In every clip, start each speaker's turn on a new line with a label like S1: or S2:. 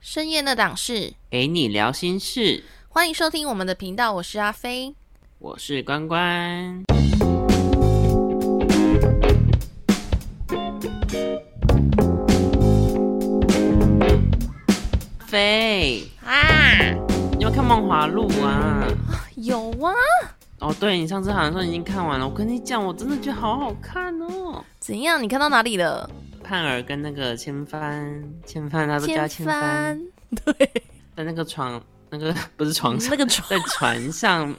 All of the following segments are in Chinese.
S1: 深夜那档事，
S2: 陪你聊心事，
S1: 欢迎收听我们的频道，我是阿飞。
S2: 我是关关。飞，
S1: 啊，
S2: 你有没有看《梦华录》啊？
S1: 有啊？
S2: 哦，对你上次好像说你已经看完了，我跟你讲，我真的觉得好好看哦。
S1: 怎样？你看到哪里了？
S2: 盼儿跟那个千帆，千帆，他都叫他千帆，
S1: 翻
S2: 在那个床，那个 不是床上
S1: 嗯那，个 床
S2: 在船上，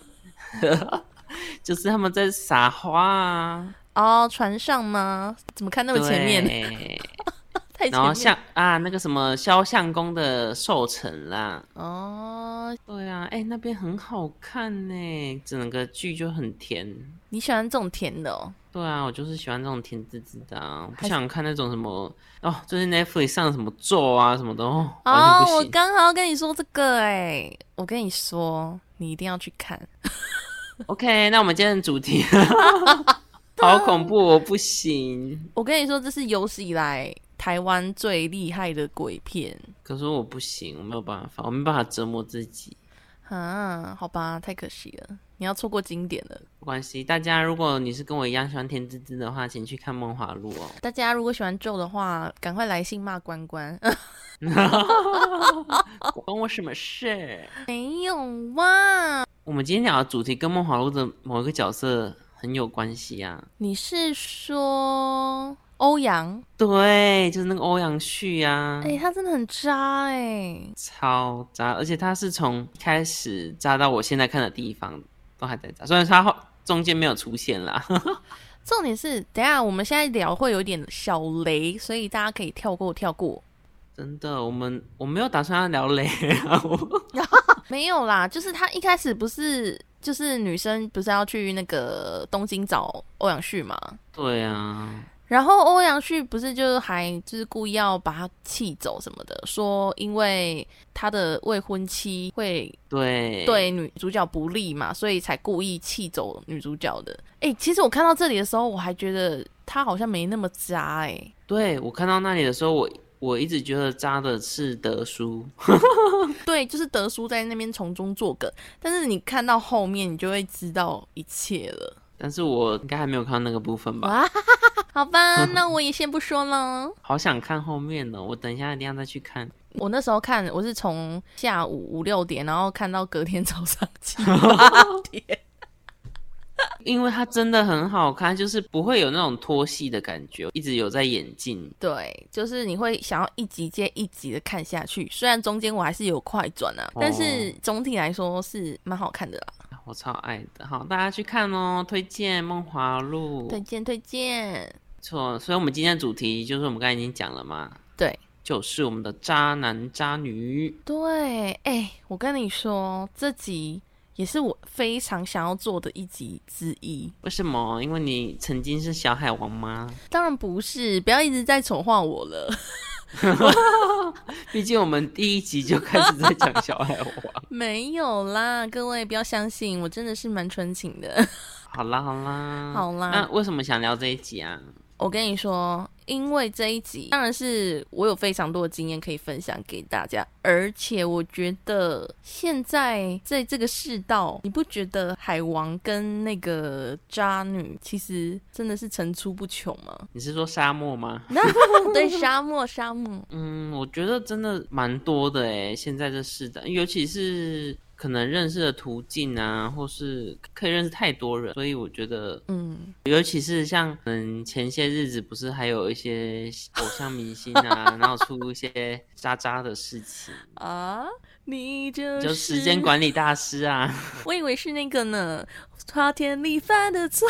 S2: 就是他们在撒花啊，
S1: 哦，船上吗？怎么看那么前面？
S2: 对
S1: 太前
S2: 然后
S1: 面
S2: 像啊，那个什么肖相公的寿辰啦，
S1: 哦。
S2: 对啊，哎、那边很好看呢，整个剧就很甜。
S1: 你喜欢这种甜的哦？
S2: 对啊，我就是喜欢这种甜滋滋的、啊，我
S1: 还
S2: 不
S1: 是
S2: 想看那种什么哦，最近 Netflix 上的什么咒啊什么的，哦，完
S1: 哦，
S2: 全
S1: 我
S2: 不行。
S1: 刚好要跟你说这个哎、我跟你说，你一定要去看。
S2: OK，那我们今天的主 题，好恐怖，我不行，
S1: 我跟你说，这是有史以来台湾最厉害的鬼片
S2: 可是我不行，我没有办法，我没办法折磨自己。
S1: 啊！好吧，太可惜了，你要错过经典了。
S2: 没关系，大家如果你是跟我一样喜欢甜滋滋的话，请去看《梦华录》哦。
S1: 大家如果喜欢咒的话，赶快来信骂关关。
S2: 关我什么事？
S1: 没有哇，
S2: 我们今天聊的主题跟《梦华录》的某一个角色很有关系啊。
S1: 你是说欧阳？
S2: 对，就是那个欧阳旭啊，
S1: 哎、他真的很渣哎、
S2: 超渣，而且他是从一开始渣到我现在看的地方都还在渣，虽然他后中间没有出现啦。
S1: 重点是，等一下我们现在聊会有点小雷，所以大家可以跳过跳过。
S2: 真的，我们我没有打算要聊雷啊， 我
S1: 没有啦，就是他一开始不是就是女生不是要去那个东京找欧阳旭嘛？
S2: 对啊，
S1: 然后欧阳旭不是就还就是故意要把他气走什么的，说因为他的未婚妻会
S2: 对
S1: 对女主角不利嘛，所以才故意气走女主角的。哎，其实我看到这里的时候，我还觉得他好像没那么渣哎、
S2: 对，我看到那里的时候，我我一直觉得渣的是德叔，
S1: 对，就是德叔在那边从中作梗，但是你看到后面，你就会知道一切了。
S2: 但是我应该还没有看到那个部分吧？
S1: 哇，好吧，那我也先不说了。
S2: 好想看后面呢，我等一下一定要再去看。
S1: 我那时候看，我是从下午五六点，然后看到隔天 早上七
S2: 因为它真的很好看，就是不会有那种拖戏的感觉，一直有在演进。
S1: 对，就是你会想要一集接一集的看下去，虽然中间我还是有快转啊，但是总体来说是蛮好看的啦，
S2: 啊我超爱的，好，大家去看哦，推荐《梦华录》。
S1: 推，荐推荐。
S2: 错，所以我们今天的主题就是我们刚才已经讲了嘛，
S1: 对
S2: 就是我们的渣男渣女。
S1: 对，哎、我跟你说，这集也是我非常想要做的一集之一。
S2: 为什么？因为你曾经是小海王吗？
S1: 当然不是，不要一直在丑化我了。
S2: 毕竟我们第一集就开始在讲小海 王。
S1: 没有啦，各位不要相信，我真的是蛮纯情的。
S2: 好啦，好啦，
S1: 好啦
S2: 那为什么想聊这一集啊？
S1: 我跟你说，因为这一集当然是我有非常多的经验可以分享给大家，而且我觉得现在在这个世道，你不觉得海王跟那个渣女其实真的是层出不穷吗？
S2: 你是说沙漠吗？
S1: 对，沙漠，沙漠，
S2: 嗯，我觉得真的蛮多的诶，现在这世代，尤其是可能认识的途径啊，或是可以认识太多人，所以我觉得，
S1: 嗯，
S2: 尤其是像嗯前些日子不是还有一些偶像明星 啊，然后出一些渣渣的事情，
S1: 啊，你就是
S2: 就时间，管理大师啊。
S1: 我以为是那个呢，花田里犯的错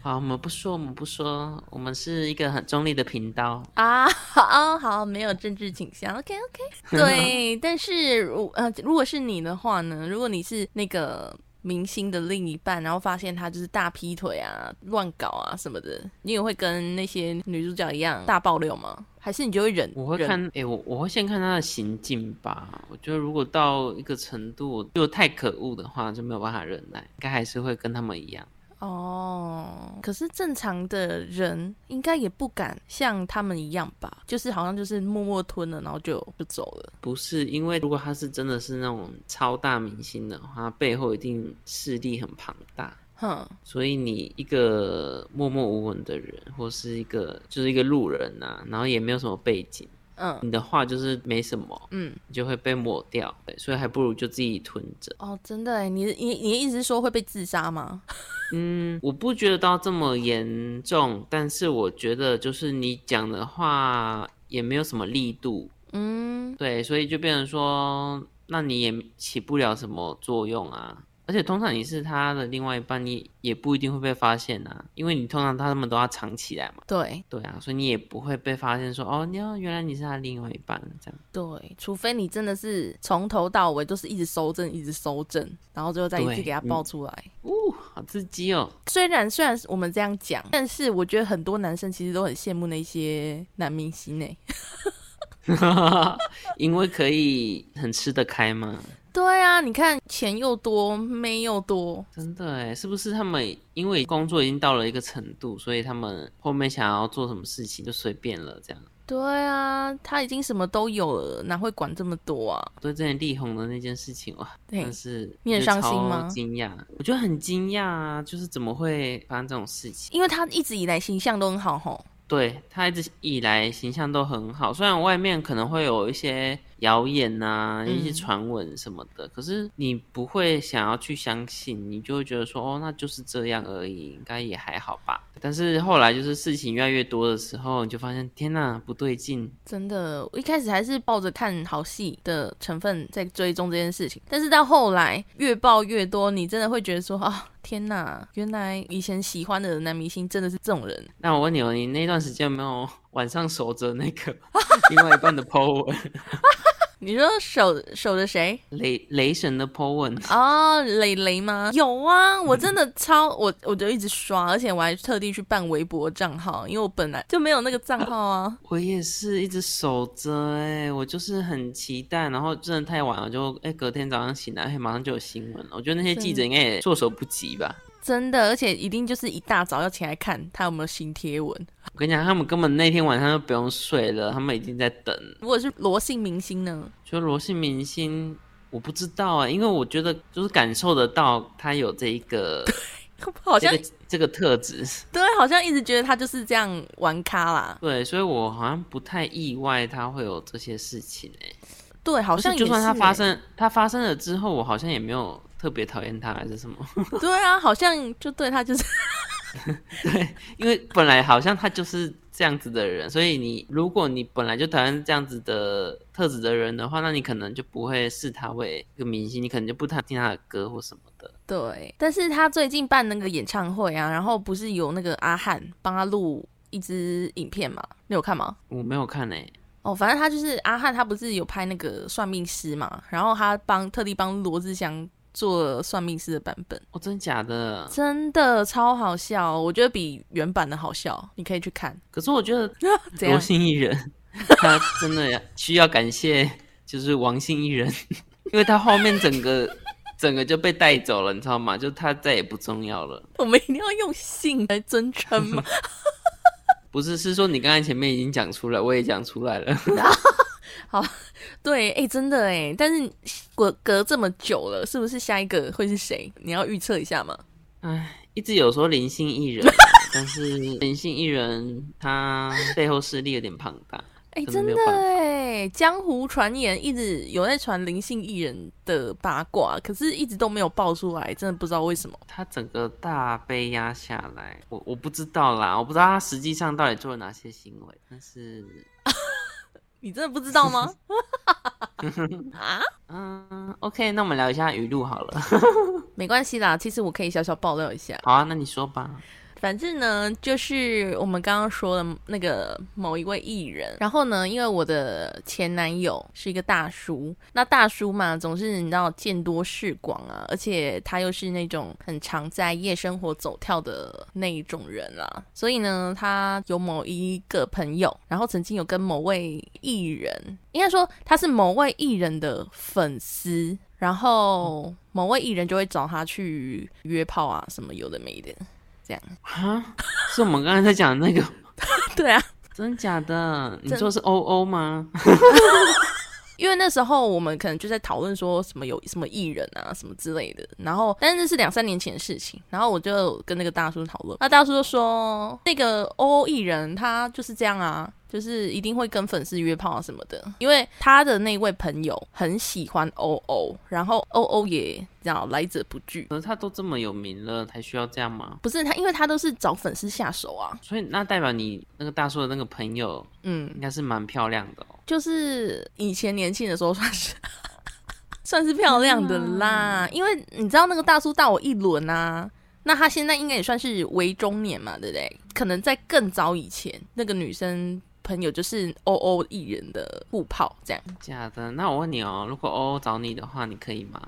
S2: 好，我们不说，我们不说，我们是一个很中立的频道。
S1: 啊， 好好，没有政治倾向，OK OK。对，
S2: 啊
S1: 但是如呃，如果是你的话呢，如果你是那个明星的另一半，然后发现他就是大劈腿啊、乱搞啊什么的，你也会跟那些女主角一样大爆料吗？还是你就会忍？
S2: 我会
S1: 忍
S2: 看，诶、我我会先看他的行径吧。我觉得如果到一个程度，就太可恶的话，就没有办法忍耐，应该还是会跟他们一样。
S1: 哦，可是正常的人应该也不敢像他们一样吧？就是好像就是默默吞了，然后就就走了。
S2: 不是因为如果他是真的是那种超大明星的话，他背后一定势力很庞大。
S1: 哼，
S2: 所以你一个默默无闻的人，或是一个就是一个路人呐、然后也没有什么背景，
S1: 嗯
S2: 你的话就是没什么，
S1: 嗯，
S2: 你就会被抹掉。对，所以还不如就自己吞着。
S1: 哦，真的哎，你的你你的意思是说会被自杀吗？
S2: 嗯，我不觉得到这么严重，但是我觉得就是你讲的话也没有什么力度，
S1: 嗯，
S2: 对，所以就变成说，那你也起不了什么作用啊。而且通常你是他的另外一半，你也不一定会被发现啊，因为你通常他们都要藏起来嘛。
S1: 对
S2: 对啊，所以你也不会被发现说哦，你要原来你是他另外一半这样。
S1: 对，除非你真的是从头到尾都是一直搜证，一直搜证，然后最后再一次
S2: 对
S1: 给他
S2: 嗯
S1: 爆出来。
S2: 哦，好刺激哦！
S1: 虽然虽然我们这样讲，但是我觉得很多男生其实都很羡慕那些男明星欸呢。
S2: 因为可以很吃得开嘛，
S1: 对啊，你看钱又多，妹又多，
S2: 真的哎，是不是他们因为工作已经到了一个程度，所以他们后面想要做什么事情就随便了这样？
S1: 对啊，他已经什么都有了，哪会管这么多啊？
S2: 对，之前力宏的那件事情哇，
S1: 对
S2: 但是
S1: 你很
S2: 就超
S1: 伤心吗
S2: 惊讶，我觉得很惊讶啊，就是怎么会发生这种事情？
S1: 因为他一直以来形象都很好吼。
S2: 对他一直以来形象都很好，虽然外面可能会有一些谣言呐、一些传闻什么的，可是你不会想要去相信，你就会觉得说，哦，那就是这样而已，应该也还好吧。但是后来就是事情越来越多的时候，你就发现，天呐，不对劲，
S1: 真的，我一开始还是抱着看好戏的成分在追踪这件事情，但是到后来越爆越多，你真的会觉得说啊，天哪，原来以前喜欢的男明星真的是这种人，
S2: 那我问你哦，你那段时间有没有晚上守着那个 另外一半的 po 文，
S1: 你说守守着谁？
S2: 雷雷神的 po 文？
S1: 哦，磊磊吗？有啊，我真的超我我就一直刷，而且我还特地去办微博账号，因为我本来就没有那个账号啊。
S2: 我也是一直守着哎、我就是很期待，然后真的太晚了，就哎、隔天早上醒来，哎马上就有新闻了。我觉得那些记者应该也措手不及吧。
S1: 真的，而且一定就是一大早要起来看他有没有新贴文。
S2: 我跟你讲，他们根本那天晚上就不用睡了，他们已经在等。
S1: 如果是罗姓明星呢？
S2: 就罗姓明星，我不知道啊、因为我觉得就是感受得到他有这一个
S1: 好
S2: 这
S1: 像
S2: 个这个特质，
S1: 对，好像一直觉得他就是这样玩咖啦。
S2: 对，所以我好像不太意外他会有这些事情哎、
S1: 对，好
S2: 而
S1: 像
S2: 且
S1: 也
S2: 就算他
S1: 是
S2: 发
S1: 欸，
S2: 生，他发生了之后，我好像也没有特别讨厌他还是什么。
S1: 对啊，好像就对他就是
S2: 因为本来好像他就是这样子的人，所以你如果你本来就讨厌这样子的特质的人的话，那你可能就不会视他为一个明星，你可能就不太听他的歌或什么的。
S1: 对。但是他最近办那个演唱会啊，然后不是有那个阿汉帮他录一支影片嘛？你有看吗？
S2: 我没有看欸诶、
S1: 哦，反正他就是阿汉，他不是有拍那个算命师嘛，然后他帮特地帮罗志祥做了算命师的版本，
S2: 哦，真假的？
S1: 真的超好笑，我觉得比原版的好笑，你可以去看。
S2: 可是我觉得
S1: 怎
S2: 罗
S1: 样？
S2: 姓艺人，他真的需要感谢就是王姓艺人，因为他后面整个 整个就被带走了，你知道吗？就他再也不重要了。
S1: 我们一定要用姓来尊称嘛？
S2: 不是，是说你刚才前面已经讲出来，我也讲出来了。
S1: 对，哎、真的哎，但是我隔这么久了，是不是下一个会是谁？你要预测一下吗？
S2: 唉，一直有说灵性艺人，啊但是灵性艺人他背后势力有点庞大。
S1: 哎、真
S2: 真的没有
S1: 的
S2: 办法
S1: 哎，江湖传言一直有在传灵性艺人的八卦，可是一直都没有爆出来，真的不知道为什么。
S2: 他整个大被压下来，我我不知道啦，我不知道他实际上到底做了哪些行为，但是，
S1: 你真的不知道吗？啊，
S2: 嗯，OK，那我们聊一下语录好了。
S1: 没关系啦，其实我可以小小爆料一下。
S2: 好啊，那你说吧。
S1: 反正呢，就是我们刚刚说的那个某一位艺人，然后呢，因为我的前男友是一个大叔，那大叔嘛，总是你知道见多识广啊，而且他又是那种很常在夜生活走跳的那一种人啦、所以呢，他有某一个朋友，然后曾经有跟某位艺人，应该说他是某位艺人的粉丝。然后某位艺人就会找他去约炮啊，什么有的没的。 这样。
S2: 啊，是我们刚才在讲的那个，
S1: 对啊，
S2: 真假的？你
S1: 真
S2: 说是欧欧吗？
S1: 因为那时候我们可能就在讨论说什么有什么艺人啊什么之类的，然后但是那是两三年前的事情，然后我就跟那个大叔讨论，那大叔就说那个欧欧艺人他就是这样啊。就是一定会跟粉丝约炮啊什么的，因为他的那位朋友很喜欢欧欧，然后欧欧也你知道来者不拒，
S2: 可是他都这么有名了，还需要这样吗？
S1: 不是他，因为他都是找粉丝下手啊，
S2: 所以那代表你那个大叔的那个朋友
S1: 嗯，
S2: 应该是蛮漂亮的哦。
S1: 就是以前年轻的时候算是 算是漂亮的啦，因为你知道那个大叔大我一轮啊，那他现在应该也算是为中年嘛，对不对？可能在更早以前，那个女生朋友就是欧欧艺人的互泡这样，
S2: 假的？那我问你哦，如果欧欧找你的话，你可以吗？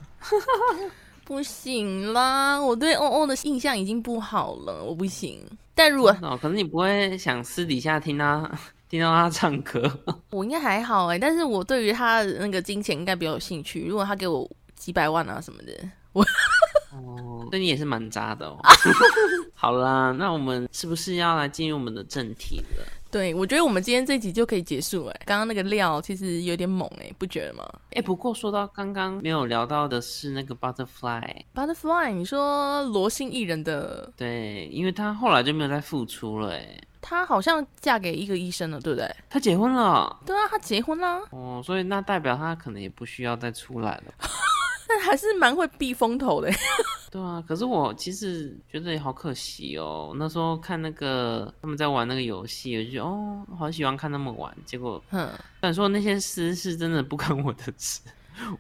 S1: 不行啦，我对欧欧的印象已经不好了，我不行。嗯但如果
S2: 哦，可是你不会想私底下听他 听到他唱歌？
S1: 我应该还好哎、但是我对于他的那个金钱应该比较有兴趣。如果他给我几百万啊什么的，
S2: 哦，对你也是蛮渣的哦。 好啦，那我们是不是要来进入我们的正题了？
S1: 对，我觉得我们今天这集就可以结束哎、刚刚那个料其实有点猛哎、不觉得吗
S2: 哎、不过说到刚刚没有聊到的是那个 Butterfly，
S1: ？Butterfly，你说罗姓艺人的，
S2: 对，因为她后来就没有再复出了，哎，
S1: 她好像嫁给一个医生了，对不对？
S2: 她结婚了
S1: 对啊，她结婚啦，
S2: 哦，所以那代表她可能也不需要再出来了。
S1: 但还是蛮会避风头的、
S2: 对啊，可是我其实觉得也好可惜哦。那时候看那个他们在玩那个游戏，我就觉得哦，好喜欢看他们玩。结果
S1: 嗯，
S2: 虽然说那些私事真的不关我的事，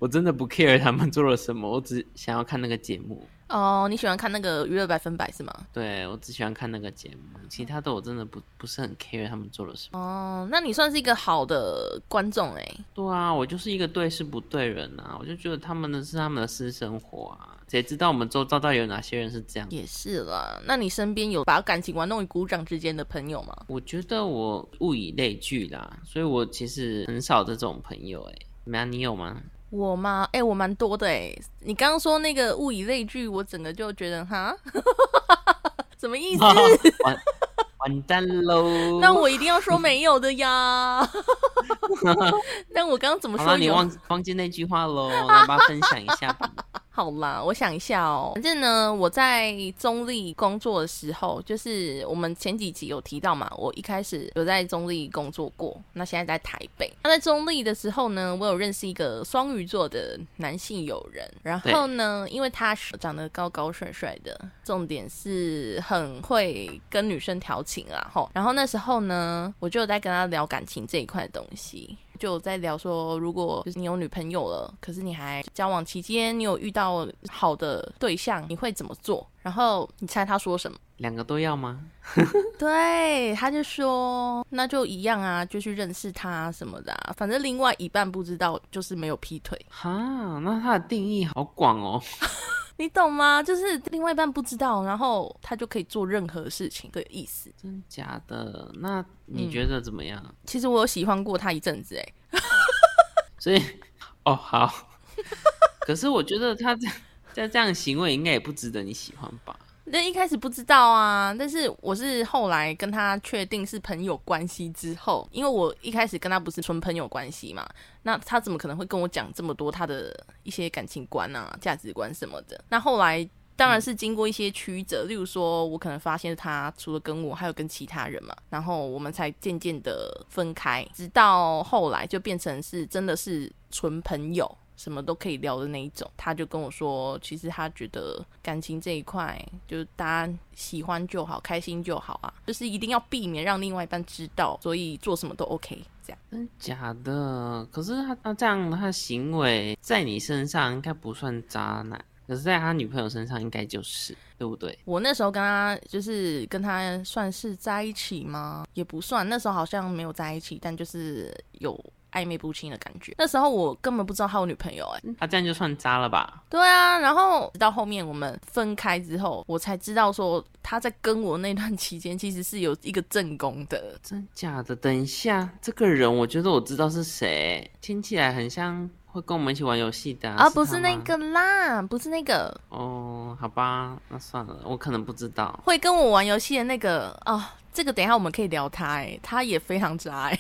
S2: 我真的不 care 他们做了什么，我只想要看那个节目。
S1: 哦，你喜欢看那个娱乐百分百是吗？
S2: 对我只喜欢看那个节目，其他的我真的不不是很 care 他们做了什么。
S1: 哦，那你算是一个好的观众哎、
S2: 对啊，我就是一个对事不对人啊，我就觉得他们的是他们的私生活啊，谁知道我们周遭到底有哪些人是这样？
S1: 也是啦。那你身边有把感情玩弄于股掌之间的朋友吗？
S2: 我觉得我物以类聚啦，所以我其实很少这种朋友哎、欸。怎么样？你有吗？
S1: 我吗？哎、我蛮多的哎、你刚刚说那个物以类聚，我整个就觉得哈， 什么 意思？
S2: 完完蛋喽！
S1: 那我一定要说没有的呀。 那我刚刚怎么
S2: 好
S1: 说
S2: 啦，
S1: 有？
S2: 你忘忘记那句话喽，那把它分享一下吧。
S1: 好啦，我想一下哦。反正呢，我在中立工作的时候，就是我们前几集有提到嘛，我一开始有在中立工作过，那现在在台北。那在中立的时候呢，我有认识一个双鱼座的男性友人，然后呢，因为他是长得高高帅帅的，重点是很会跟女生调情啊，吼。然后那时候呢，我就有在跟他聊感情这一块的东西，就有在聊说，如果就是你有女朋友了，可是你还交往期间，你有遇到好的对象，你会怎么做？然后你猜他说什么？
S2: 两个都要吗？
S1: 对，他就说那就一样啊，就去认识他什么的、啊，反正另外一半不知道，就是没有劈腿，
S2: 哈，那它的定义好广哦。
S1: 你懂吗？就是另外一半不知道，然后他就可以做任何事情的意思。
S2: 真假的？那你
S1: 嗯
S2: 觉得怎么样？
S1: 其实我有喜欢过他一阵子，哎，
S2: 所以，哦，好。 可是我觉得他这 在这样的行为应该也不值得你喜欢吧？
S1: 那一开始不知道啊，但是我是后来跟他确定是朋友关系之后，因为我一开始跟他不是纯朋友关系嘛，那他怎么可能会跟我讲这么多他的一些感情观啊、价值观什么的？那后来当然是经过一些曲折，例如说我可能发现他除了跟我，还有跟其他人嘛，然后我们才渐渐的分开，直到后来就变成是真的是纯朋友。什么都可以聊的那一种，他就跟我说，其实他觉得感情这一块，就是大家喜欢就好，开心就好啊，就是一定要避免让另外一半知道，所以做什么都 OK，这样。
S2: 真假的？可是他啊他这样他的行为在你身上应该不算渣男，可是在他女朋友身上应该就是，对不对？
S1: 我那时候跟他就是跟他算是在一起吗？也不算，那时候好像没有在一起，但就是有暧昧不清的感觉。那时候我根本不知道他有女朋友、哎，
S2: 他这样就算渣了吧？
S1: 对啊。然后直到后面我们分开之后，我才知道说他在跟我那段期间其实是有一个正宫的。
S2: 真假的？等一下，这个人我觉得我知道是谁，听起来很像会跟我们一起玩游戏的
S1: 啊，
S2: 是
S1: 不是
S2: 他
S1: 那
S2: 吗
S1: 个啦，不是那个，
S2: 哦，哦，好吧，那算了，我可能不知道。
S1: 会跟我玩游戏的那个啊、这个等一下我们可以聊他、哎，他也非常渣、哎，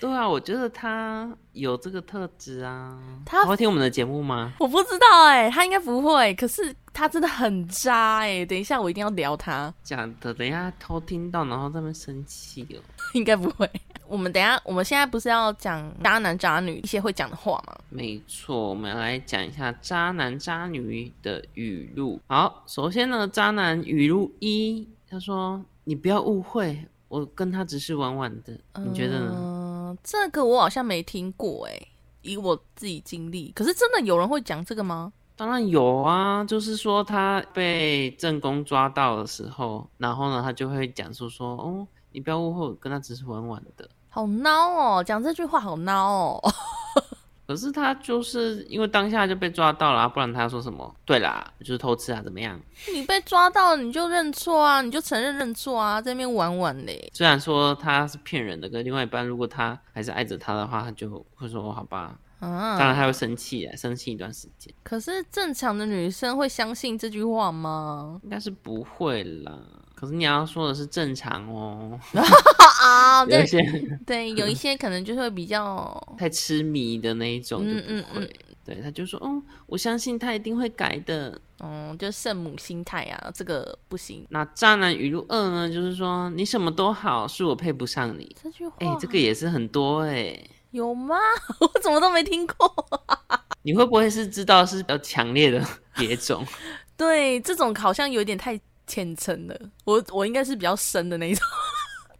S2: 对啊，我觉得他有这个特质啊。
S1: 他
S2: 他会听我们的节目吗？
S1: 我不知道哎、他应该不会，可是他真的很渣哎、等一下我一定要聊他，
S2: 假的，等一下偷听到，然后在那边生气哦。
S1: 应该不会。我们等一下，我们现在不是要讲渣男渣女一些会讲的话吗？
S2: 没错，我们来讲一下渣男渣女的语录。好，首先呢，渣男语录一，他说：“你不要误会，我跟他只是玩玩的。”你觉得呢？
S1: 嗯，呃这个我好像没听过哎、以我自己经历，可是真的有人会讲这个吗？
S2: 当然有啊，就是说他被正宫抓到的时候，然后呢，他就会讲述说：“哦，你不要误会，我跟他只是玩玩的。”
S1: 好孬哦，讲这句话好孬哦。
S2: 可是他就是因为当下就被抓到了啊、不然他说什么？对啦，就是偷吃啊，怎么样？
S1: 你被抓到了你就认错啊，你就承认认错啊，在那边玩玩嘞。
S2: 虽然说他是骗人的，跟另外一半如果他还是爱着他的话，他就会说哦好吧。当
S1: 啊，
S2: 然他会生气啊，生气一段时间，
S1: 可是正常的女生会相信这句话吗？
S2: 应该是不会啦。可是你要说的是正常哦，
S1: 啊，
S2: 有一
S1: 对
S2: 些
S1: 对， 有一些可能就会比较
S2: 太痴迷的那一种就
S1: 嗯
S2: 不
S1: 嗯
S2: 会。对，他就说嗯，我相信他一定会改的。
S1: 嗯，就圣母心态啊，这个不行。
S2: 那渣男语录二呢，就是说你什么都好，是我配不上你。
S1: 这句话、
S2: 哎、这个也是很多哎、
S1: 有吗？ 我怎么都没听过。
S2: 你会不会是知道是比较强烈的 别种？
S1: 对，这种好像有点太浅层了。我我应该是比较深的那一种。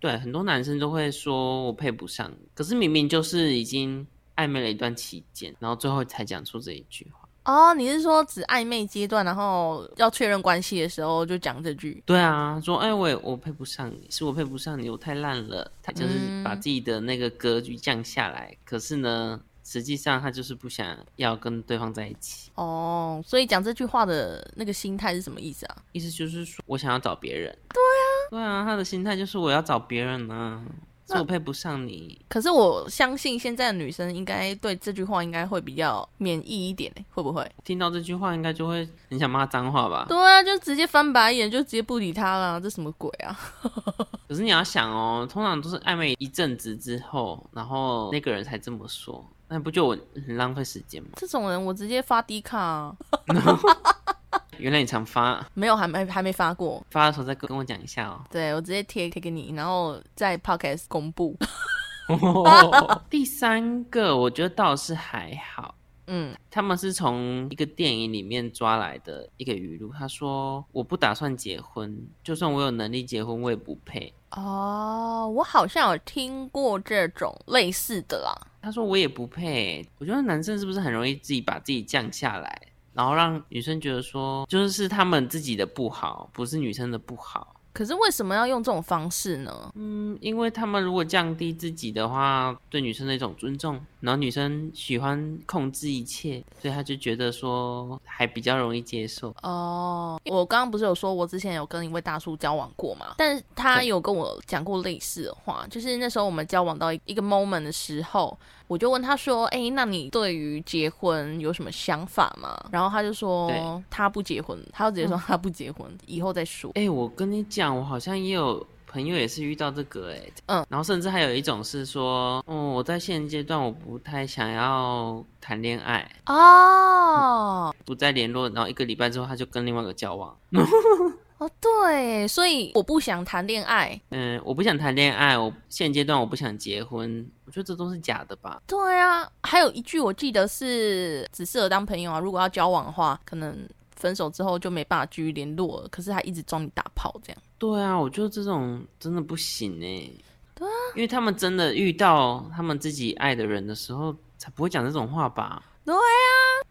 S2: 对，很多男生都会说我配不上，可是明明就是已经暧昧了一段期间，然后最后才讲出这一句话。
S1: 哦，你是说指暧昧阶段，然后要确认关系的时候就讲这句？
S2: 对啊，说哎我也我配不上你，是我配不上你，我太烂了。他就是把自己的那个格局降下来，可是呢，实际上他就是不想要跟对方在一起，
S1: 哦，所以讲这句话的那个心态是什么意思啊？
S2: 意思就是说我想要找别人。对啊，对啊，他的心态就是我要找别人啊，是我配不上你。
S1: 可是我相信现在的女生应该对这句话应该会比较免疫一点、欸，会不会？
S2: 听到这句话，应该就会很想骂脏话吧？
S1: 对啊，就直接翻白眼，就直接不理他了，这什么鬼啊？
S2: 可是你要想哦，通常都是暧昧一阵子之后，然后那个人才这么说，那不就我很浪费时间吗？
S1: 这种人我直接发低卡、啊，
S2: 原来你常发
S1: 没有，还没还没发过。
S2: 发的时候再跟我讲一下哦。
S1: 对我直接贴贴给你，然后在 podcast 公布。
S2: 第三个，我觉得倒是还好。
S1: 嗯，
S2: 他们是从一个电影里面抓来的一个语录，他说：“我不打算结婚，就算我有能力结婚，我也不配。
S1: 哦，我好像有听过这种类似的啦。”
S2: 他说：“我也不配。”我觉得男生是不是很容易自己把自己降下来，然后让女生觉得说，就是是他们自己的不好，不是女生的不好。
S1: 可是为什么要用这种方式呢？
S2: 嗯，因为他们如果降低自己的话，对女生的一种尊重，然后女生喜欢控制一切，所以他就觉得说还比较容易接受。
S1: 哦，我刚刚不是有说我之前有跟一位大叔交往过嘛，但是他
S2: 对
S1: 有跟我讲过类似的话，就是那时候我们交往到一个 moment 的时候，我就问他说：“哎，那你对于结婚有什么想法吗？”然后他就说
S2: 对
S1: 他不结婚，他就直接说他不结婚，以后再说。
S2: 哎、我跟你讲，我好像也有朋友也是遇到这个哎、
S1: 嗯，
S2: 然后甚至还有一种是说，嗯，我在现阶段我不太想要谈恋爱，
S1: 哦，
S2: 不再联络，然后一个礼拜之后他就跟另外一个交 往。
S1: 哦，对，所以我不想谈恋爱。
S2: 嗯，我不想谈恋爱，我现阶段我不想结婚，我觉得这都是假的吧。
S1: 对啊，还有一句我记得是只适合当朋友啊，如果要交往的话，可能分手之后就没办法继续联络了。可是还一直装你打炮这 样。
S2: 对啊，我觉得这种真的不行哎、对啊，因为他们真的遇到他们自己爱的人的时候，才不会讲这种话吧。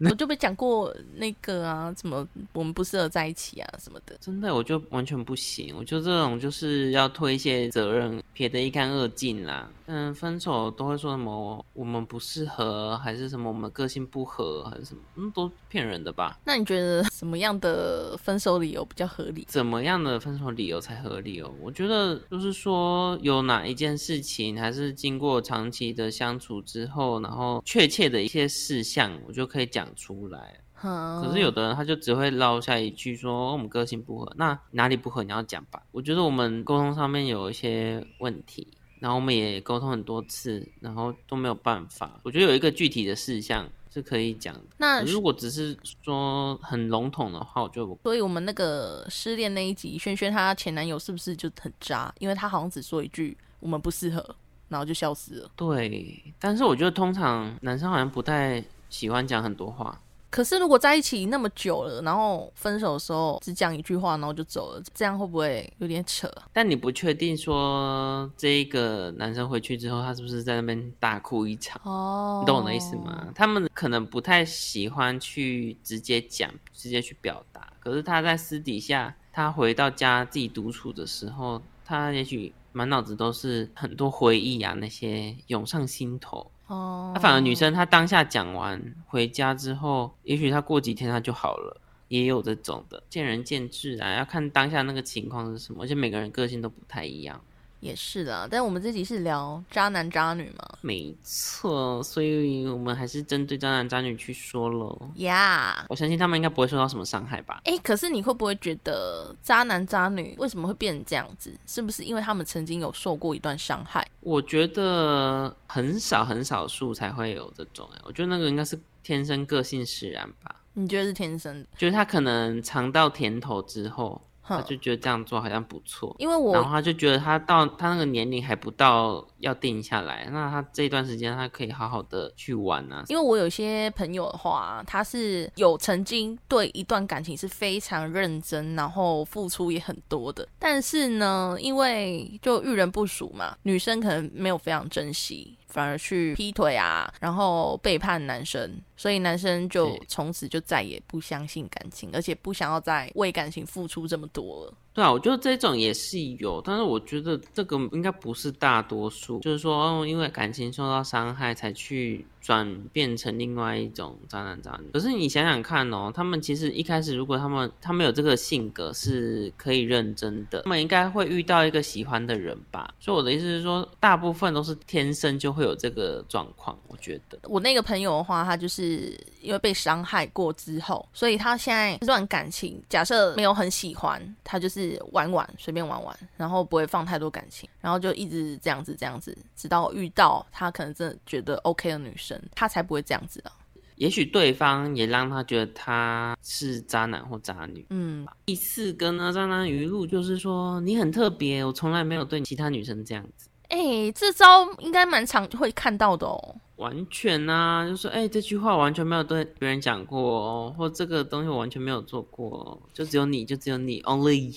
S1: 我就被讲过那个啊，什么我们不适合在一起啊什么的。
S2: 真的，我就完全不行。我觉得这种就是要推卸责任，撇得一干二净啦。嗯，分手都会说什么我们不适合，还是什么我们个性不合，还是什么，嗯，都骗人的吧。
S1: 那你觉得什么样的分手理由比较合理？
S2: 怎么样的分手理由才合理哦？我觉得就是说，有哪一件事情，还是经过长期的相处之后，然后确切的一些事项，我就可以讲出来。
S1: 嗯
S2: 可是有的人他就只会落下一句说哦我们个性不合，那哪里不合你要讲吧。我觉得我们沟通上面有一些问题，然后我们也沟通很多次，然后都没有办法。我觉得有一个具体的事项是可以讲的，
S1: 嗯那
S2: 可是如果只是说很笼统的话，我就
S1: 所以我们那个失恋那一集，萱萱她前男友是不是就很渣？因为她好像只说一句“我们不适合”，然后就消失了。
S2: 对。但是我觉得通常男生好像不太喜欢讲很多话，
S1: 可是如果在一起那么久了，然后分手的时候只讲一句话，然后就走了，这样会不会有点扯？
S2: 但你不确定说这一个男生回去之后，他是不是在那边大哭一场。
S1: 哦，
S2: 你懂我的意思吗？？他们可能不太喜欢去直接讲、直接去表达，可是他在私底下，他回到家自己独处的时候，他也许满脑子都是很多回忆啊，那些涌上心头。
S1: 哦
S2: 那、，啊反而女生她当下讲完，回家之后，也许她过几天她就好了。也有这种的，见仁见智啊，要看当下那个情况是什么，而且每个人个性都不太一样。
S1: 也是啦。但我们这集是聊渣男渣女嘛
S2: 没错，所以我们还是针对渣男渣女去说喽。
S1: ？Yeah。
S2: 我相信他们应该不会受到什么伤害吧？
S1: 哎、可是你会不会觉得渣男渣女为什么会变成这样子？是不是因为他们曾经有受过一段伤害？
S2: 我觉得很少很少数才会有这种、欸，我觉得那个应该是天生个性使然吧，
S1: 你觉得是天生的？
S2: 就是他可能尝到甜头之后，他
S1: 哼，
S2: 就觉得这样做好像不错，
S1: 因为
S2: 然
S1: 我
S2: 后他就觉得他到他那个年龄还不到要定下来，那他这段时间他可以好好的去玩啊。
S1: 因为我有些朋友的话，他是有曾经对一段感情是非常认真，然后付出也很多的，但是呢，因为就遇人不淑嘛，女生可能没有非常珍惜，反而去劈腿啊，然后背叛男生，所以男生就是从此就再也不相信感情，而且不想要再为感情付出这么多了。
S2: 对啊，我觉得这种也是有，但是我觉得这个应该不是大多数，就是说，哦、因为感情受到伤害才去转变成另外一种渣男渣女。可是你想想看哦，他们其实一开始如果他们他们有这个性格是可以认真的，他们应该会遇到一个喜欢的人吧。所以我的意思是说，大部分都是天生就会有这个状况，我觉得。
S1: 我那个朋友的话，他就是因为被伤害过之后，所以他现在这呃段感情，假设没有很喜欢，他就是玩玩，随便玩玩，然后不会放太多感情，然后就一直这样子这样子，直到遇到他可能真的觉得 OK 的女生，他才不会这样子啊。
S2: 也许对方也让他觉得他是渣男或渣女。
S1: 嗯，
S2: 第四个呢，渣男语录就是说你很特别，我从来没有对其他女生这样子，
S1: 哎、这招应该蛮常会看到的哦。
S2: 完全啊，就说哎、这句话我完全没有对别人讲过哦，或这个东西我完全没有做过哦，就只有你，就只有你，Only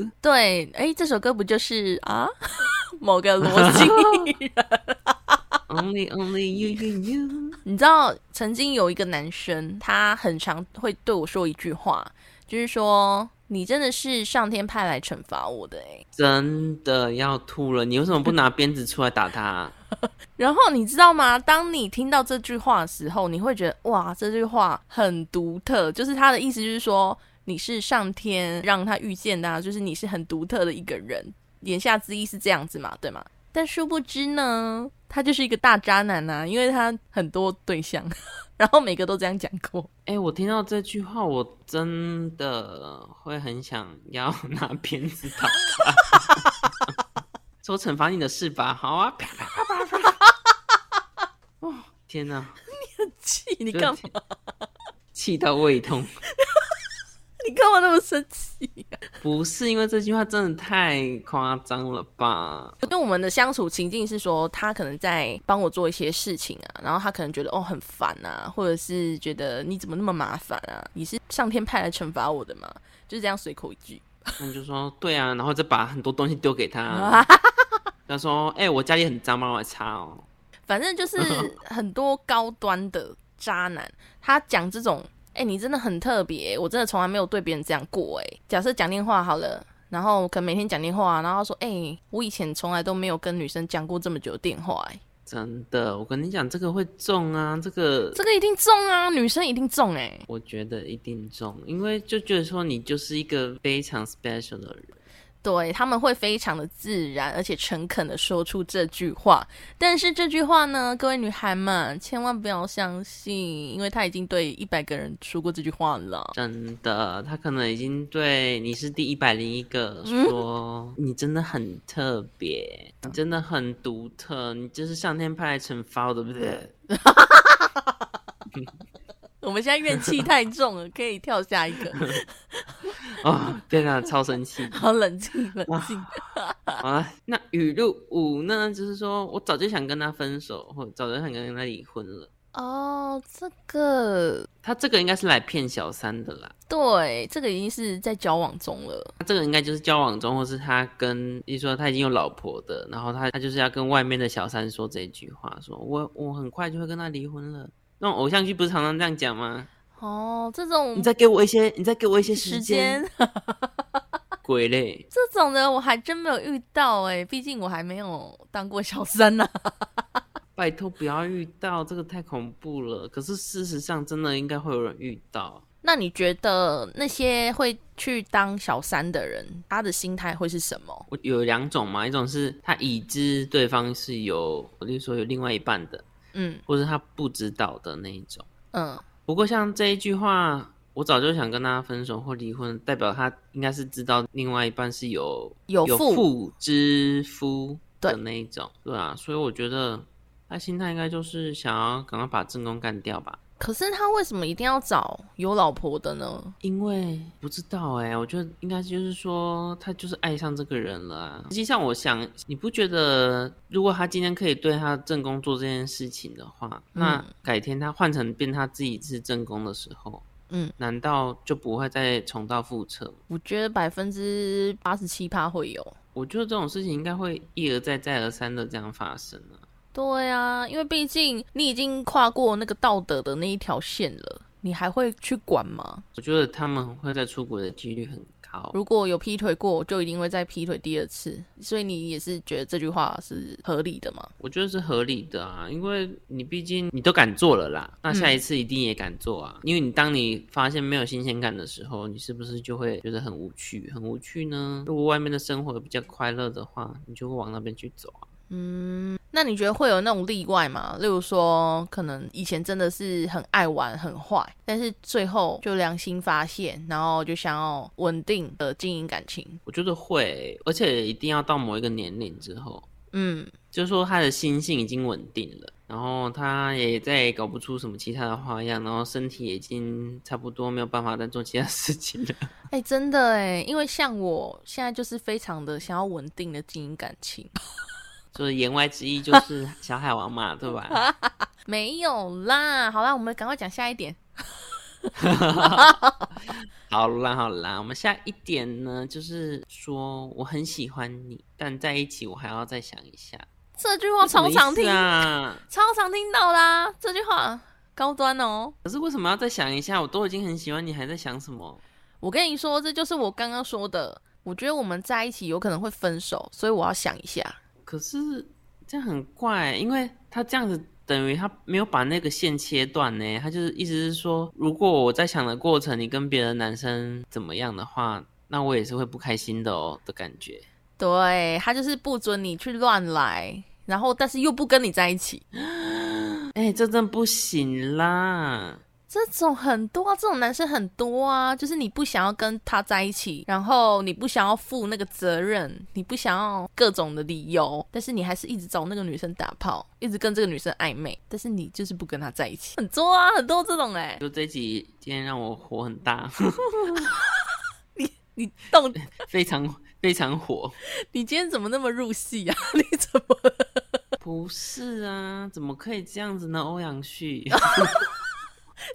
S2: you。
S1: 对，哎、这首歌不就是啊 某个逻辑？
S2: Only, only you, you, you。
S1: 你知道曾经有一个男生，他很常会对我说一句话，就是说你真的是上天派来惩罚我的欸诶、
S2: 真的要吐了！你为什么不拿鞭子出来打他、啊
S1: 然后你知道吗？当你听到这句话的时候，你会觉得哇，这句话很独特，就是他的意思就是说你是上天让他遇见的、啊，就是你是很独特的一个人，言下之意是这样子嘛，对吗？但殊不知呢，他就是一个大渣男呐、啊，因为他很多对象， 然后每个都这样讲过。
S2: 哎、我听到这句话，我真的会很想要 拿鞭子打他，说惩罚你的事吧，好啊，啪啪啪啪啪。哦，天哪，
S1: 气，你干嘛？
S2: 气到胃痛！
S1: 你干嘛那么生气、
S2: 不是因为这句话真的太夸张了吧？
S1: 因为我们的相处情境是说，他可能在帮我做一些事情啊，然后他可能觉得哦很烦啊，或者是觉得你怎么那么麻烦啊？你是上天派来惩罚我的吗？就是这样随口一句。
S2: 那你就说对啊，然后再把很多东西丢给
S1: 啊
S2: 他，他说：“哎、我家里很脏，帮我擦哦。
S1: 反正就是很多高端的渣男，他讲这种，哎、你真的很特别，我真的从来没有对别人这样过，哎，假设讲电话好了。然后可能每天讲电话，然后他说：“哎、我以前从来都没有跟女生讲过这么久的电话、哎，”
S2: 真的，我跟你讲，这个会中啊，这个
S1: 这个一定中啊，女生一定中哎、
S2: 我觉得一定中，因为就觉得说你就是一个非常 special 的人，
S1: 对，他们会非常的自然，而且诚恳的说出这句话。但是这句话呢，各位女孩们千万不要相信，因为他已经对一百个人说过这句话了。
S2: 真的，他可能已经对你是第一百零一个说、你真的很特别，你真的很独特，你这是上天派来惩罚我的，对不对？
S1: 我们现在怨气太重了，可以跳下一 个。
S2: 哦，天哪，超生气！
S1: 好，冷静，冷静。
S2: 好了，那语录五呢，就是说我早就想跟他分手，或者早就想跟他离婚了。
S1: 哦，这个
S2: 他这个应该是来骗小三的啦，
S1: 对，这个已经是在交往中了。
S2: 他这个应该就是交往中，或是他跟，一说他已经有老婆的，然后他他就是要跟外面的小三说这一句话，说我我很快就会跟他离婚了。那种偶像剧不是常常这样讲吗？
S1: 哦，这种
S2: 你再给我一些，你再给我一些
S1: 时
S2: 时间，
S1: 间，
S2: 鬼嘞！
S1: 这种的我还真没有遇到哎、毕竟我还没有当过小三啊呢、
S2: 拜托不要遇到，这个太恐怖了。可是事实上，真的应该会有人遇到。
S1: 那你觉得那些会去当小三的人，他的心态会是什么？
S2: 我有两种嘛，一种是他已知对方是有，例如说有另外一半的，
S1: 嗯
S2: 或者他不知道的那一种。
S1: 嗯，
S2: 不过像这一句话，我早就想跟他分手或离婚，代表他应该是知道另外一半是有
S1: 有
S2: 有
S1: 妇
S2: 妇之夫的
S1: 对
S2: 那一种，对啊，所以我觉得他心态应该就是想要赶快把正宫干掉吧。
S1: 可是他为什么一定要找有老婆的呢？
S2: 因为不知道哎、我觉得应该就是说，他就是爱上这个人了、啊。实际上，我想，你不觉得，如果他今天可以对他正宫做这件事情的话，那改天他换成变他自己是正宫的时候，
S1: 嗯，
S2: 难道就不会再重蹈覆辙吗？
S1: 我觉得百分之八十七趴会有。
S2: 我觉得这种事情应该会一而再、再而三的这样发生啊。
S1: 对啊，因为毕竟你已经跨过那个道德的那一条线了，你还会去管吗？
S2: 我觉得他们会在出轨的几率很高。
S1: 如果有劈腿过，就一定会再劈腿第二次，所以你也是觉得这句话是合理的吗？
S2: 我觉得是合理的啊，因为你毕竟你都敢做了啦，那下一次一定也敢做啊。因为你当你发现没有新鲜感的时候，你是不是就会觉得很无趣？很无趣呢？如果外面的生活比较快乐的话，你就会往那边去走啊。
S1: 那你觉得会有那种例外吗？例如说，可能以前真的是很爱玩、很坏，但是最后就良心发现，然后就想要稳定的经营感情。
S2: 我觉得会，而且一定要到某一个年龄之后，
S1: 嗯，
S2: 就是说他的心性已经稳定了，然后他也再也搞不出什么其他的花样，然后身体也已经差不多没有办法再做其他事情了。
S1: 哎、真的哎，因为像我现在就是非常的想要稳定的经营感情，
S2: 所以言外之意就是小海王嘛，对吧？
S1: 没有啦。好啦，我们赶快讲下一点。
S2: 好啦好啦，我们下一点呢，就是说我很喜欢你，但在一起我还要再想一下。
S1: 这句话超哦常听
S2: 什么意思，啊！
S1: 超常听到啦。这句话高端哦。
S2: 可是为什么要再想一下？我都已经很喜欢你，还在想什么？
S1: 我跟你说，这就是我刚刚说的。我觉得我们在一起有可能会分手，所以我要想一下。
S2: 可是这样很怪，因为他这样子等于他没有把那个线切断呢。他就是意思是说，如果我在想的过程你跟别的男生怎么样的话，那我也是会不开心的哦的感觉。
S1: 对他就是不准你去乱来，然后但是又不跟你在一起，
S2: 哎、这真不行啦！
S1: 这种很多啊，这种男生很多啊，就是你不想要跟他在一起，然后你不想要负那个责任，你不想要各种的理由，但是你还是一直找那个女生打炮，一直跟这个女生暧昧，但是你就是不跟她在一起，很多啊，很多这种哎、
S2: 就这集今天让我火很大。
S1: 你到
S2: 非常非常火。
S1: 你今天怎么那么入戏啊？ 你怎么
S2: 不是啊，怎么可以这样子呢？欧阳旭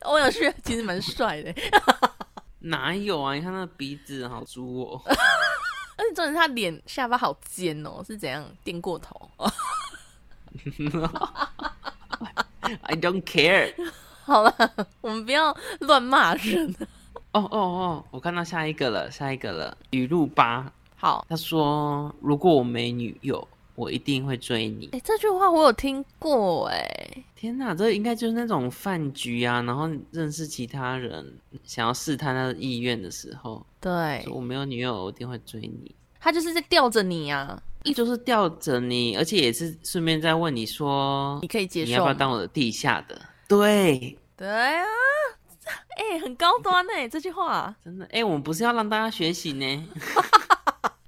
S1: 欧阳旭其实蛮帅的、欸
S2: 哪有啊？你看那鼻子好猪哦。
S1: 而且重点是他脸下巴好尖哦，是怎样垫过头？
S2: I don't care。
S1: 好了，我们不要乱骂人。
S2: 哦哦哦，我看到下一个了，下一个了。语录八，
S1: 好，
S2: 他说：“如果我没女友，我一定会追你。
S1: 哎、这句话我有听过、哎，”
S2: 天哪，这应该就是那种饭局啊，然后认识其他人，想要试探他的意愿的时候，
S1: 对
S2: 说，我没有女友，我一定会追你。
S1: 他就是在吊着你啊，
S2: 一就是吊着你，而且也是顺便在问你说
S1: 你，可以接
S2: 你要
S1: 受
S2: 不
S1: 吗？
S2: 要当我的地下的？对，
S1: 对啊，哎、很高端哎、这句话
S2: 真的，哎、我们不是要让大家学 习呢？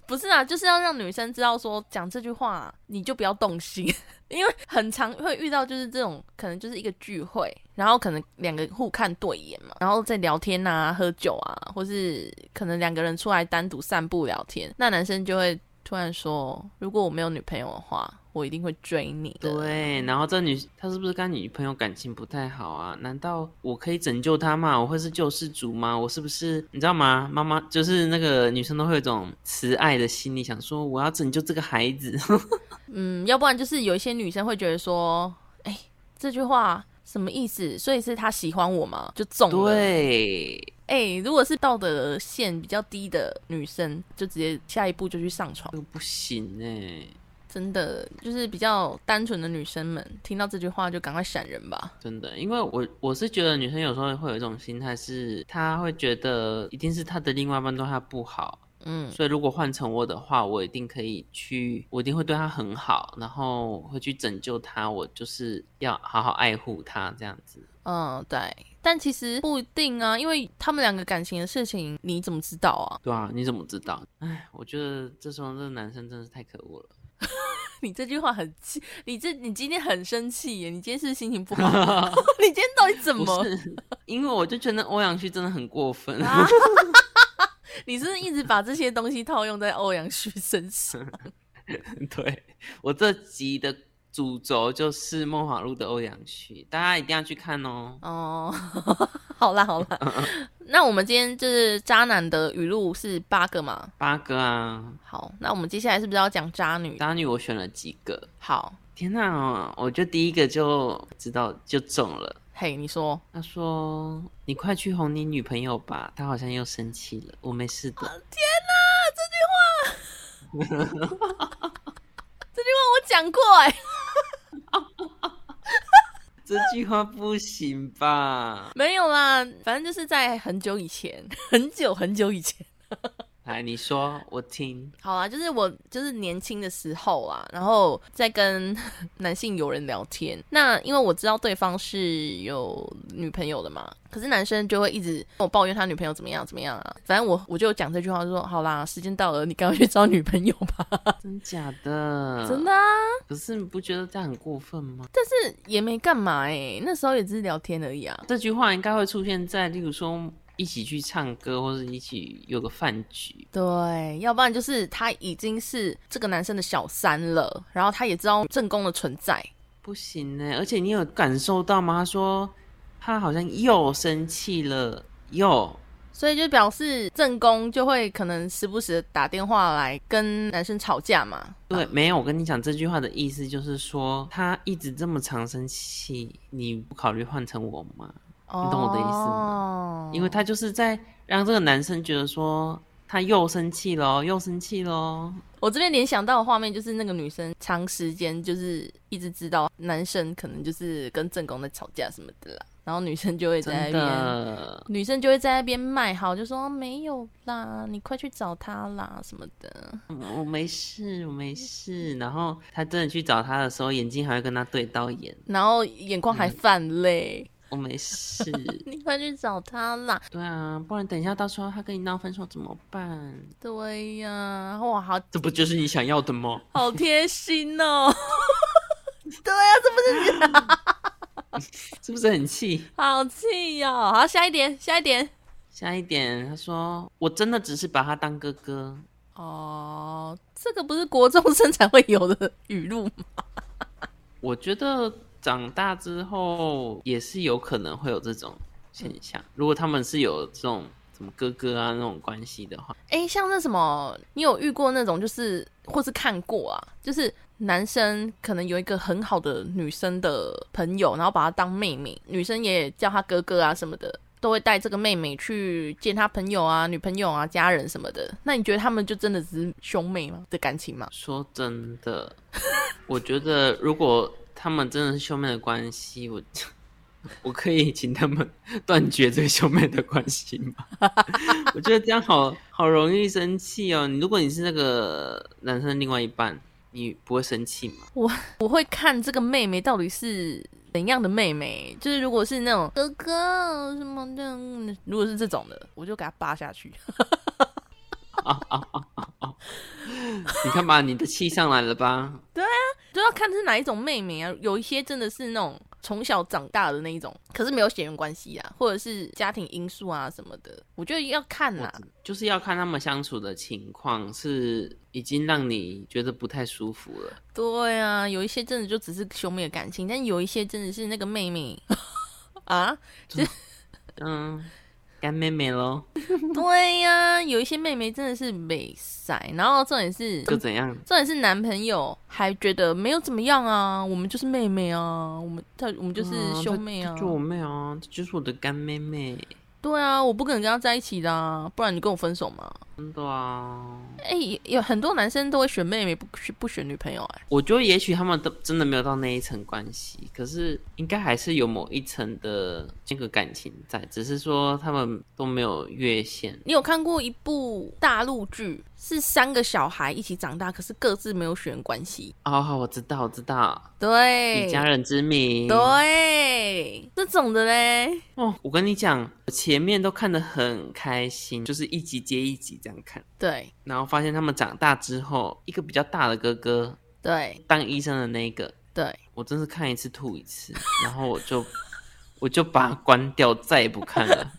S1: 不是啊，就是要让女生知道说讲这句话你就不要动心， 因为很常会遇到就是这种可能就是一个聚会，然后可能两个互看对眼嘛，然后在聊天啊、喝酒啊，或是可能两个人出来单独散步聊天，那男生就会突然说，如果我没有女朋友的话，我一定会追你的。
S2: 对，然后这女她是不是跟她女朋友感情不太好啊？难道我可以拯救她吗？我会是救世主吗？我是不是你知道吗？妈妈就是那个女生都会有一种慈爱的心理，想说我要拯救这个孩子。
S1: 嗯，要不然就是有一些女生会觉得说，哎、这句话什么意思？所以是他喜欢我吗？就中了。，
S2: 对，
S1: 哎、如果是道德线比较低的女生，就直接下一步就去上床
S2: 这。个不行哎、
S1: 真的，就是比较单纯的女生们听到这句话就赶快闪人吧。
S2: 真的，因为我我是觉得女生有时候会有一种心态是，她会觉得一定是她的另外一半对她不好，
S1: 嗯，
S2: 所以如果换成我的话，我一定可以去，我一定会对她很好，然后会去拯救她，我就是要好好爱护她这样子。
S1: 嗯，对。但其实不一定啊，因为他们两个感情的事情，你怎么知道啊？
S2: 对啊，你怎么知道？哎，我觉得这时候这个男生真是太可恶了。
S1: 你这句话很气，你这你今天很生气耶，你今天是心情不好吗， 你今天到底怎
S2: 不
S1: 么？
S2: 是，因为我就觉得欧阳旭真的很过分。
S1: 啊 你是不是一直把这些东西套用在欧阳旭身上？
S2: 对我这集的主轴就是《梦华录》的欧阳旭，大家一定要去看哦。
S1: 哦， 好啦好 啦，那我们今天就是渣男的语录是八个嘛？
S2: 八哥啊，
S1: 好，那我们接下来是不是要讲渣女？
S2: 渣女我选了几个？
S1: 好，
S2: 天哪、我觉得第一个就知道就中了。
S1: 嘿，你说
S2: 他说：“你快去哄你女朋友吧，她好像又生气了。”我没 事的，
S1: 我讲过哎、
S2: 这句话不行吧？
S1: 没有啦，反正就是在很久以前， 很久很久以前。
S2: 来，你说，我 听。
S1: 好啦，就是我就是年轻的时候啊，然后在跟 男性友人聊天。那因为我知道对方是有女朋友的嘛，可是男生就会一直跟我抱怨他女朋友怎么样怎么样啊。反正我我就讲这句话就说，好啦，时间到了，你赶快去找女朋友吧。
S2: 真假的？
S1: 真的、啊，
S2: 可是你不觉得这样很过分吗？
S1: 但是也没干嘛诶、那时候也只是聊天而已啊。
S2: 这句话应该会出现在，例如说一起去唱歌，或者一起有个饭局。
S1: 对，要不然就是他已经是这个男生的小三了，然后他也知道正宫的存在，
S2: 不行呢，而且你有感受到吗？他说他好像又生气了，又
S1: 所以就表示正宫就会可能时不时地打电话来跟男生吵架嘛。
S2: 对，没有。我跟你讲这句话的意思就是说，他一直这么常生气，你不考虑换成我吗？
S1: 你
S2: 懂我的意思
S1: 吗
S2: 因为他就是在让这个男生觉得说他又生气喽，又生气喽。
S1: 我这边联想到的画面就是那个女生长时间就是一直知道男生可能就是跟正宫在吵架什么的啦，然后女生就会在那
S2: 真
S1: 边。
S2: 的，
S1: 女生就会在那边卖好，就说哦没有啦，你快去找他啦什么的。
S2: 嗯我没事，我没事。然后他真的去找他的时候，眼睛还会跟他对到眼，
S1: 然后眼眶还泛泪。
S2: 我没事。
S1: 你快去找他啦！
S2: 对啊，不然等一下到时候他跟你闹分手怎么办？
S1: 对呀、哇，好
S2: 这不就是你想要的吗？
S1: 好贴心哦。对呀、这不是
S2: 是不是很气？
S1: 好气呀、好，下一点，下一点。
S2: 下一点，他说我真的只是把他当哥哥，
S1: 哦，这个不是国中生才会有的语录 吗？
S2: 我觉得长大之后也是有可能会有这种现象。如果他们是有这种什么哥哥啊那种关系的话，
S1: 哎，像那什么，你有遇过那种，就是或是看过啊，就是男生可能有一个很好的女生的朋友，然后把她当妹妹，女生也叫她哥哥啊什么的，都会带这个妹妹去见她朋友啊、女朋友啊、家人什么的。那你觉得他们就真的只是兄妹吗的感情吗？
S2: 说真的，我觉得如果他们真的是兄妹的关系，我我可以请他们 断绝这个兄妹的关系吗？ 我觉得这样好好容易生气哦。你如果你是那个男生的另外一半，你不会生气吗？
S1: 我我会看这个妹妹到底是怎样的妹妹，就是如果是那种哥哥什么的，嗯如果是这种的，我就给她扒下去。
S2: 你看吧，你的气上来了吧？
S1: 就要看是哪一种妹妹啊，有一些真的是那种从小长大的那一种，可是没有血缘关系啊，或者是家庭因素啊什么的，我觉得要看啊啦、
S2: 就是要看他们相处的情况是已经让你觉得不太舒服了。
S1: 对啊，有一些真的就只是兄妹的感情，但有一些真的是那个妹妹 啊，
S2: 嗯，干妹妹喽，
S1: 对呀、有一些妹妹真的是美塞，然后重点是
S2: 就怎样？
S1: 重点是男朋友还觉得没有怎么样啊，我们就是妹妹啊，我们他我们就是
S2: 嗯
S1: 兄妹啊
S2: 这，就我妹啊，这就是我的干妹妹。
S1: 对啊，我不可能跟他在一起的、啊，不然你跟我分手嘛。
S2: 真的啊，
S1: 哎、有很多男生都会选妹妹，不不选女朋友哎、
S2: 我觉得也许他们都真的没有到那一层关系，可是应该还是有某一层的这个感情在，只是说他们都没有越线。
S1: 你有看过一部大陆剧，是三个小孩一起长大，可是各自没有血缘关系。
S2: 哦，好，我知道，我知道，
S1: 对，
S2: 以家人之名。
S1: 对，这种的嘞，
S2: 哦，我跟你讲，我前面都看得很开心，就是一集接一集这样看，
S1: 对
S2: 然后发现他们长大之后，一个比较大的哥哥
S1: 对
S2: 当医生的那一个，
S1: 对，
S2: 我真是看一次吐一次，然后我就 我就把它关掉，再也不看了。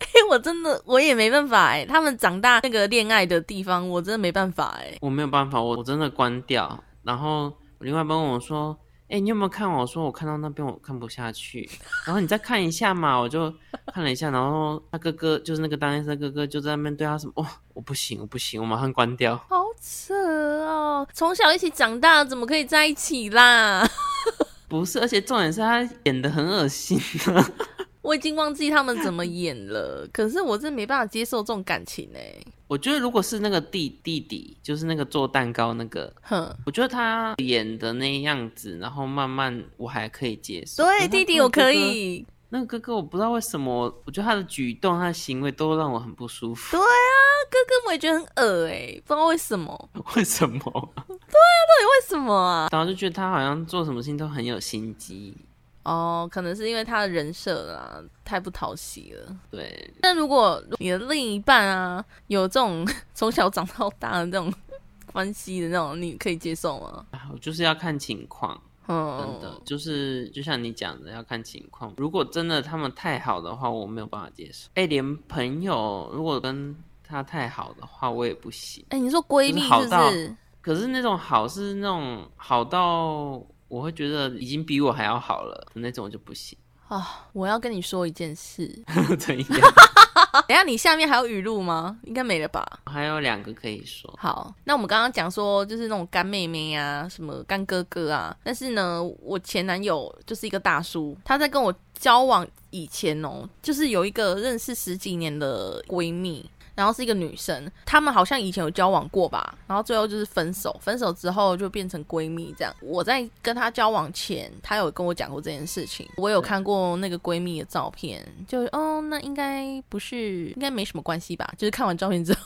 S1: 嘿， 我真的我也没办法哎、他们长大那个恋爱的地方，我真的没办法哎、
S2: 我没有办法，我我真的关掉。然后我另外一半问我说：“哎、你有没有看完？”我说：“我看到那边我看不下去。”然后你再看一下嘛，我就看了一下。然后他哥哥就是那个当医生的哥哥就在那边对他什么：“哇、我不行，我不行，我马上关掉。
S1: 好扯哦，从小一起长大，怎么可以在一起啦？”
S2: 不是，而且重点是他演的很恶心、啊。
S1: 我已经忘记他们怎么演了，可是我真没办法接受这种感情哎、
S2: 我觉得如果是那个弟弟弟，就是那个做蛋糕那个，
S1: 哼，
S2: 我觉得他演的那样子，然后慢慢我还可以接受。可
S1: 对，
S2: 是
S1: 弟弟
S2: 他
S1: 我
S2: 那个
S1: 可
S2: 哥哥
S1: 以。
S2: 那个哥哥，我不知道为什么，我觉得他的举动、他的行为都让我很不舒服。
S1: 对啊，哥哥我也觉得很恶哎、不知道为什么，
S2: 为什么？
S1: 为什么啊？
S2: 然后就觉得他好像做什么事情都很有心机。
S1: 哦，可能是因为他的人设啦，太不讨喜了。
S2: 对，
S1: 但如果你的另一半啊有这种 从小长到大的这种 关系的那种，你可以接受吗？
S2: 啊我就是要看情况，真
S1: 嗯，
S2: 的，就是就像你讲的，要看情况。如果真的他们太好的话，我没有办法接受。哎，连朋友如果跟他太好的话，我也不行。
S1: 哎、你说闺蜜
S2: 就是
S1: 是
S2: 好
S1: 不
S2: 到
S1: 是？
S2: 可是那种好是那种好到我会觉得已经比我还要好了的那种，我就不行。
S1: 啊，我要跟你说一件事。
S2: 怎样？
S1: 等 一下你下面还有语录吗？应该没了吧？
S2: 还有两个可以说。
S1: 好，那我们刚刚讲说就是那种干妹妹啊，什么干哥哥啊，但是呢，我前男友就是一个大叔，他在跟我交往以前哦，就是有一个认识十几年的闺蜜。然后是一个女生，她们好像以前有交往过吧，然后最后就是分手，分手之后就变成闺蜜这样。我在跟她交往前，她有跟我讲过这件事情，我有看过那个闺蜜的照片，就哦，那应该不是，应该没什么关系吧？就是看完照片之后。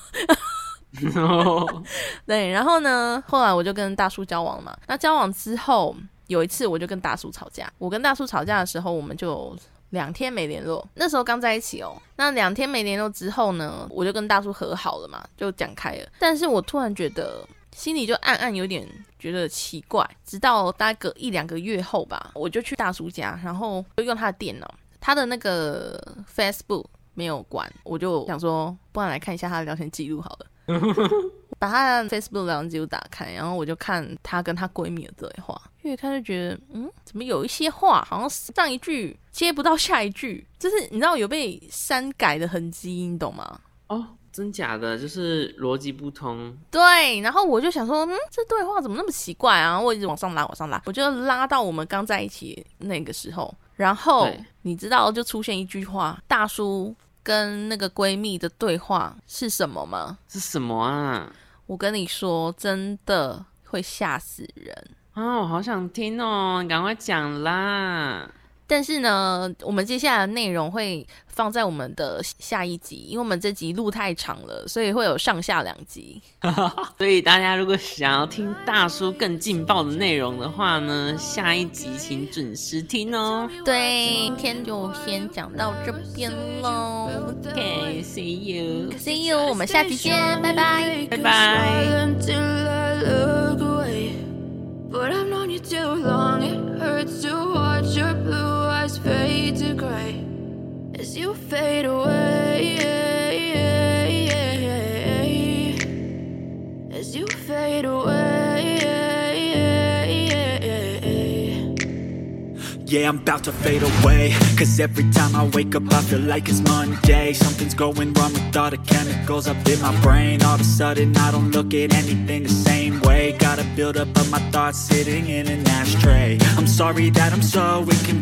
S2: 哦，
S1: 对，然后呢，后来我就跟大叔交往嘛。那交往之后，有一次我就跟大叔吵架。我跟大叔吵架的时候，我们就两天没联络。那时候刚在一起哦。那两天没联络之后呢，我就跟大叔和好了嘛，就讲开了。但是我突然觉得心里就暗暗有点觉得奇怪。直到大概隔一两个月后吧，我就去大叔家，然后就用他的电脑，他的那个 Facebook 没有关，我就想说，不然来看一下他的聊天记录好了。把他的 Facebook 聊天记录打开，然后我就看她跟她闺蜜的对话，越看就觉得，嗯，怎么有一些话好像上一句接不到下一句，就是你知道有被删改的痕迹，你懂吗？
S2: 哦，真假的，就是逻辑不通。
S1: 对，然后我就想说，嗯，这对话怎么那么奇怪啊？然后我一直往上拉，往上拉，我就拉到我们刚在一起那个时候，然后
S2: 对
S1: 你知道就出现一句话，大叔跟那个闺蜜的对话是什么吗？
S2: 是什么啊？
S1: 我跟你说，真的会吓死人。
S2: 啊，我好想听哦，你赶快讲啦！
S1: 但是呢，我们接下来的内容会放在我们的下一集，因为我们这集录太长了，所以会有上下两集。
S2: 所以大家如果想要听大叔更劲爆的内容的话呢，下一集请准时听哦。
S1: 对，今天就先讲到这边喽。
S2: OK，see、you。
S1: See you，我们下期见，拜拜。
S2: 拜
S3: Bye
S2: 拜
S3: Until I look away. But I've known you too long, it hurts to watch your blue eyes fade to gray as you fade away. As you fade away.
S4: Yeah, I'm about to fade away. Cause every time I wake up, I feel like it's Monday. Something's going wrong with all the chemicals up in my brain. All of a sudden, I don't look at anything the same way. Gotta build up of my thoughts sitting in an ashtray. I'm sorry that I'm so inconvenient.